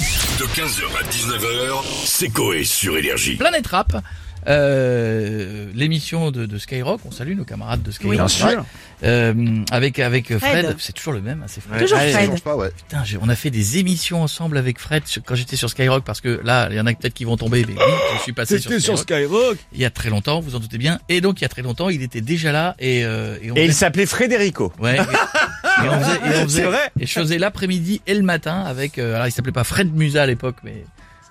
De 15h à 19h, c'est Coé sur Énergie. Planète Rap, euh, l'émission de, de Skyrock, on salue nos camarades de Skyrock. bien sûr. Ouais. Euh, avec, avec Fred, Fred. c'est toujours le même, hein, c'est Fred. Toujours Allez, Fred. change pas, ouais. Putain, j'ai- on a fait des émissions ensemble avec Fred sur- quand j'étais sur Skyrock parce que là, il y en a peut-être qui vont tomber, mais oui, je suis passé sur C'était Skyrock, sur Skyrock. il y a très longtemps, vous en doutez bien. Et donc, il y a très longtemps, il était déjà là et, euh, on Et il faisait- s'appelait Frédérico. Ouais. Et, et on faisait, et on faisait- C'est vrai. et je faisais l'après-midi et le matin avec, euh, alors il s'appelait pas Fred Musa à l'époque, mais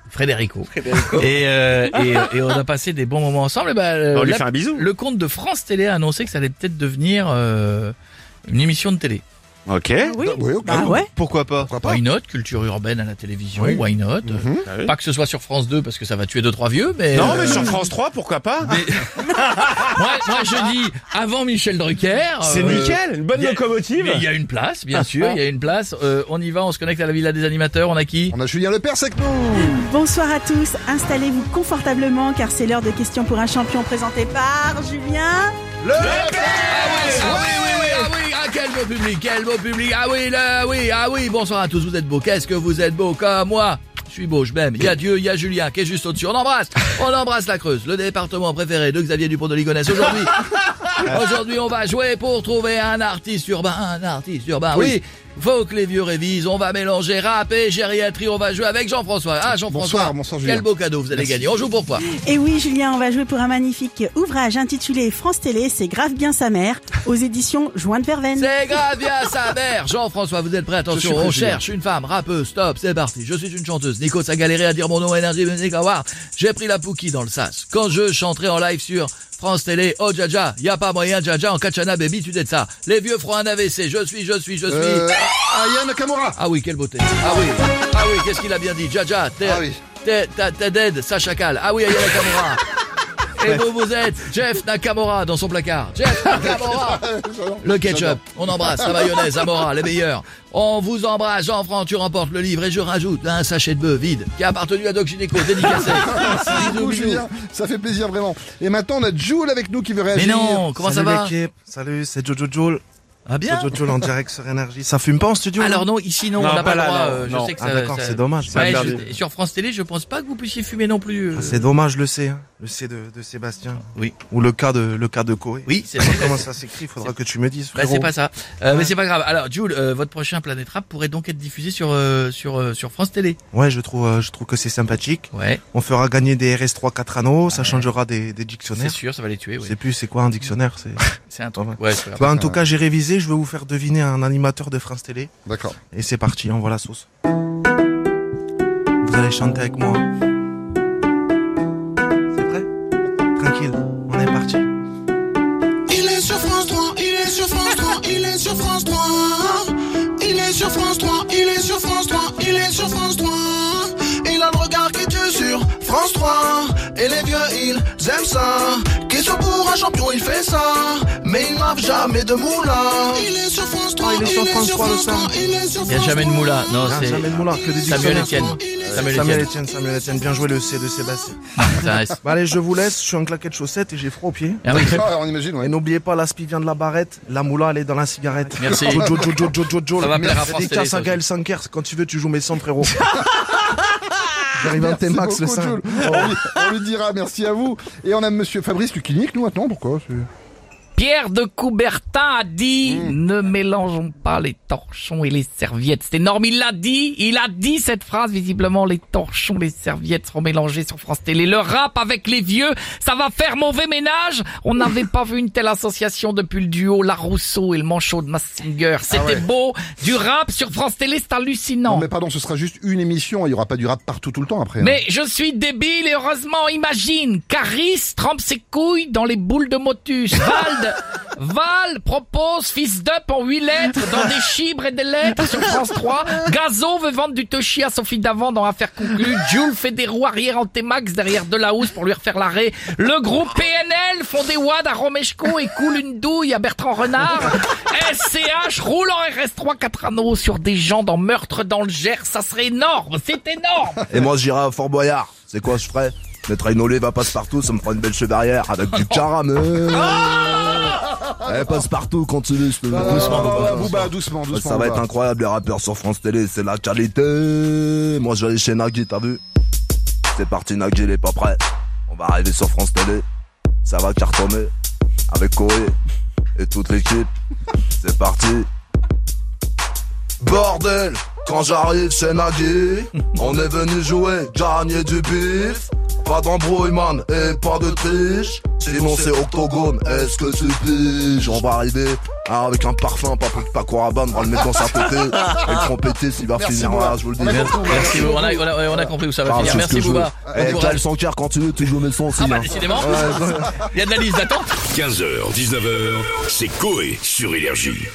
Frédérico. Et, euh, et, et on a passé des bons moments ensemble. Et ben, euh, On lui la- fait un bisou. le compte de France Télé a annoncé que ça allait peut-être devenir euh, une émission de télé. Ok. Oui. Oui, ok. Bah ouais. Pourquoi pas Why not Culture urbaine à la télévision, Oui. why not Euh, Ah oui. Pas que ce soit sur France 2 parce que ça va tuer deux trois vieux, mais Non, euh, mais sur France 3, pourquoi pas moi, moi, je dis avant Michel Drucker. C'est euh, nickel, une bonne y a- locomotive. Mais il y a une place, bien sûr, il y a une place. Euh, on y va, on se connecte à la villa des animateurs, on a qui On a Julien Lepers avec nous. Bonsoir à tous. Installez-vous confortablement car c'est l'heure de questions pour un champion présenté par Julien. Ah oui, oui, oui, ah oui, ah quel beau public, quel beau public. Ah oui, là, oui, ah oui, bonsoir à tous, vous êtes beaux. Qu'est-ce que vous êtes beaux comme moi je suis beau, je m'aime. Il y a Dieu, il y a Julien qui est juste au-dessus. On embrasse. On embrasse la Creuse, le département préféré de Xavier Dupont de Ligonnès. Aujourd'hui, aujourd'hui, on va jouer pour trouver un artiste urbain. Un artiste urbain, oui. Faut que les vieux révisent. On va mélanger rap et gériatrie. On va jouer avec Jean-François. Ah, Jean-François. Bonsoir, bonsoir, Julien. Quel beau cadeau vous allez gagner. On joue pour quoi Et oui, Julien, on va jouer pour un magnifique ouvrage intitulé France Télé, c'est grave bien sa mère, aux éditions Joint de Verveine. C'est grave bien sa mère Jean-François, vous êtes prêts Attention, on cherche une femme, rappeuse, stop, c'est parti. Je suis une chanteuse. Nico, ça galéré à dire mon nom, énergie, musique, au revoir. J'ai pris la pouki dans le sas. Quand je chanterai en live sur France Télé, oh Jaja, y a pas moyen, Jaja, en Kachana Baby, tu t'es de ça. Les vieux feront un AVC, je suis, je suis, je suis. Euh, Aya Nakamura. Ah oui, quelle beauté. Ah oui, ah oui, qu'est-ce qu'il a bien dit Jaja, t'es, Ah oui. t'es, t'as- t'es dead, ça chacal. Ah oui, Aya Nakamura. Et vous, vous êtes Jeff Nakamura dans son placard. Jeff Nakamura. Euh, Le ketchup, on embrasse la mayonnaise, Amora, les meilleurs. On vous embrasse, Jean-Franc, tu remportes le livre et je rajoute un sachet de bœuf vide qui a appartenu à Doc Gynéco, dédicacé. Bisous, Coucou, bisous. Ah, Julien. Ça fait plaisir vraiment. Et maintenant, on a Jules avec nous qui veut Mais réagir. non, Oh, comment Salut ça va l'équipe. Salut, c'est Jojo Joule. Ah bien Jojo Joule en direct sur Énergie. Ça fume pas en studio Alors là non, ici non, Non, on n'a pas pas le là, droit. non, euh, non. Je sais que Ah ça- d'accord, ça- c'est dommage. C'est Ouais, interdit. je- et sur France Télé, je pense pas que vous puissiez fumer non plus. euh. Ah, C'est dommage le C, hein. le C de, de Sébastien. Oui. Ou le cas de le cas de Corée. Oui, c'est Comment ça s'écrit Faudra que tu me dises. Bah, Frérot. c'est pas ça. Euh, Mais Ouais. c'est pas grave. Alors, Jules, euh, votre prochain Planète Rap pourrait donc être diffusé sur euh, sur euh, sur France Télé. Ouais, je trouve euh, je trouve que c'est sympathique. Ouais, On fera gagner des RS3 4 anneaux. Ça changera des, des c'est dictionnaires. sûr, ça va les tuer. Je ouais. sais plus c'est quoi un dictionnaire. C'est. C'est un Ouais. truc. Ouais, c'est pas grave. Bah, en tout cas, j'ai révisé. Je vais vous faire deviner un animateur de France Télé. D'accord. Et c'est parti, on voit la sauce. Vous allez chanter avec moi. C'est prêt Tranquille, on est parti. Il est sur France 3, il est sur France 3, il est sur France 3. Il est sur France 3, il est sur France 3, il est sur France 3. Il a le regard qui tue sur France 3. Et les vieux, ils aiment ça. Question pour un champion, il fait ça. Mais il marque jamais de moula. Il est sur France Ah, 3, il est sur France 3, le il est sur France 3. Il y a jamais de moula. Non, Ah, c'est Samuel Moulin, que des Samuel dictionnaires. Etienne. Samuel Samuel Etienne. Etienne, Samuel Etienne, bien joué le C de Sébastien. Ça reste. Bah allez, je vous laisse, je suis en claquette chaussette et j'ai froid aux pieds. Ah oui. Ah, on imagine, Et ouais. n'oubliez pas, l'aspi vient de la barrette, la moula elle est dans la cigarette. Merci. Jojo, Jojo, Jojo, Jojo. Ça va plaire à France Télé, Dédicace ça à aussi. Gaël Sanker, quand tu veux tu joues mes 100 frérot. J'arrive à Merci T-Max le beaucoup, 5. Jules. On, lui, on lui dira merci à vous. Et on a monsieur Fabrice Lucinic, nous maintenant, pourquoi c'est- Pierre de Coubertin a dit Hmm. Ne mélangeons pas les torchons et les serviettes. C'est énorme, il l'a dit, il a dit cette phrase. Visiblement, les torchons, les serviettes seront mélangés sur France Télé. Le rap avec les vieux, ça va faire mauvais ménage. On n'avait pas vu une telle association depuis le duo La Rousseau et le Manchot de Massinger. C'était beau, du rap sur France Télé, c'est hallucinant. Ah Non, mais pardon, ce sera juste une émission. Il y aura pas du rap partout tout le temps après. hein. Mais je suis débile et heureusement, imagine, Caris trempe ses couilles dans les boules de motus. Vald, Val propose fils d'up en huit lettres dans des chibres et des lettres sur France 3. Gazo veut vendre du Toshi à Sophie Davant dans Affaire conclue. Jules fait des roues arrière en T-Max derrière Delahousse pour lui refaire l'arrêt. Le groupe PNL font des wads à Romeshko et coule une douille à Bertrand Renard. SCH roule en RS3 4 anneaux sur des gens dans Meurtre dans le Gers. Ça serait énorme, c'est énorme Et moi, j'irai à Fort Boyard. C'est quoi, je ferais Mettre une olive à passe-partout, ça me fera une belle chevalière avec du caramel. Elle passe partout, Eh, continue. s'il te plaît. Doucement, Booba, Doucement. Booba, doucement, doucement. Ça va être Booba. incroyable, les rappeurs sur France Télé, c'est la qualité. Moi, j'allais chez Nagui, t'as vu C'est parti, Nagui, il est pas prêt. On va arriver sur France Télé. Ça va cartonner. Avec Corée et toute l'équipe. C'est parti. Bordel Quand j'arrive chez Nagui, on est venu jouer, gagner du bif. Pas d'embrouille, man, et pas de triche. Sinon, c'est octogone, est-ce que tu piges On va arriver hein, avec un parfum, pas plus de Paco Rabanne, on va le mettre dans sa pété. Et le trompettiste, il va finir là, je vous le dis. Merci, Booba. on a, on a- on a compris où ça va Ah, finir. c'est ce que Merci je veux. Bouba. Eh, Kyle Sanker, quand tu veux, tu joues mes sons aussi. Ah bah hein. décidément, il y a de la liste d'attente. 15h, 19h, c'est Coé sur Énergie.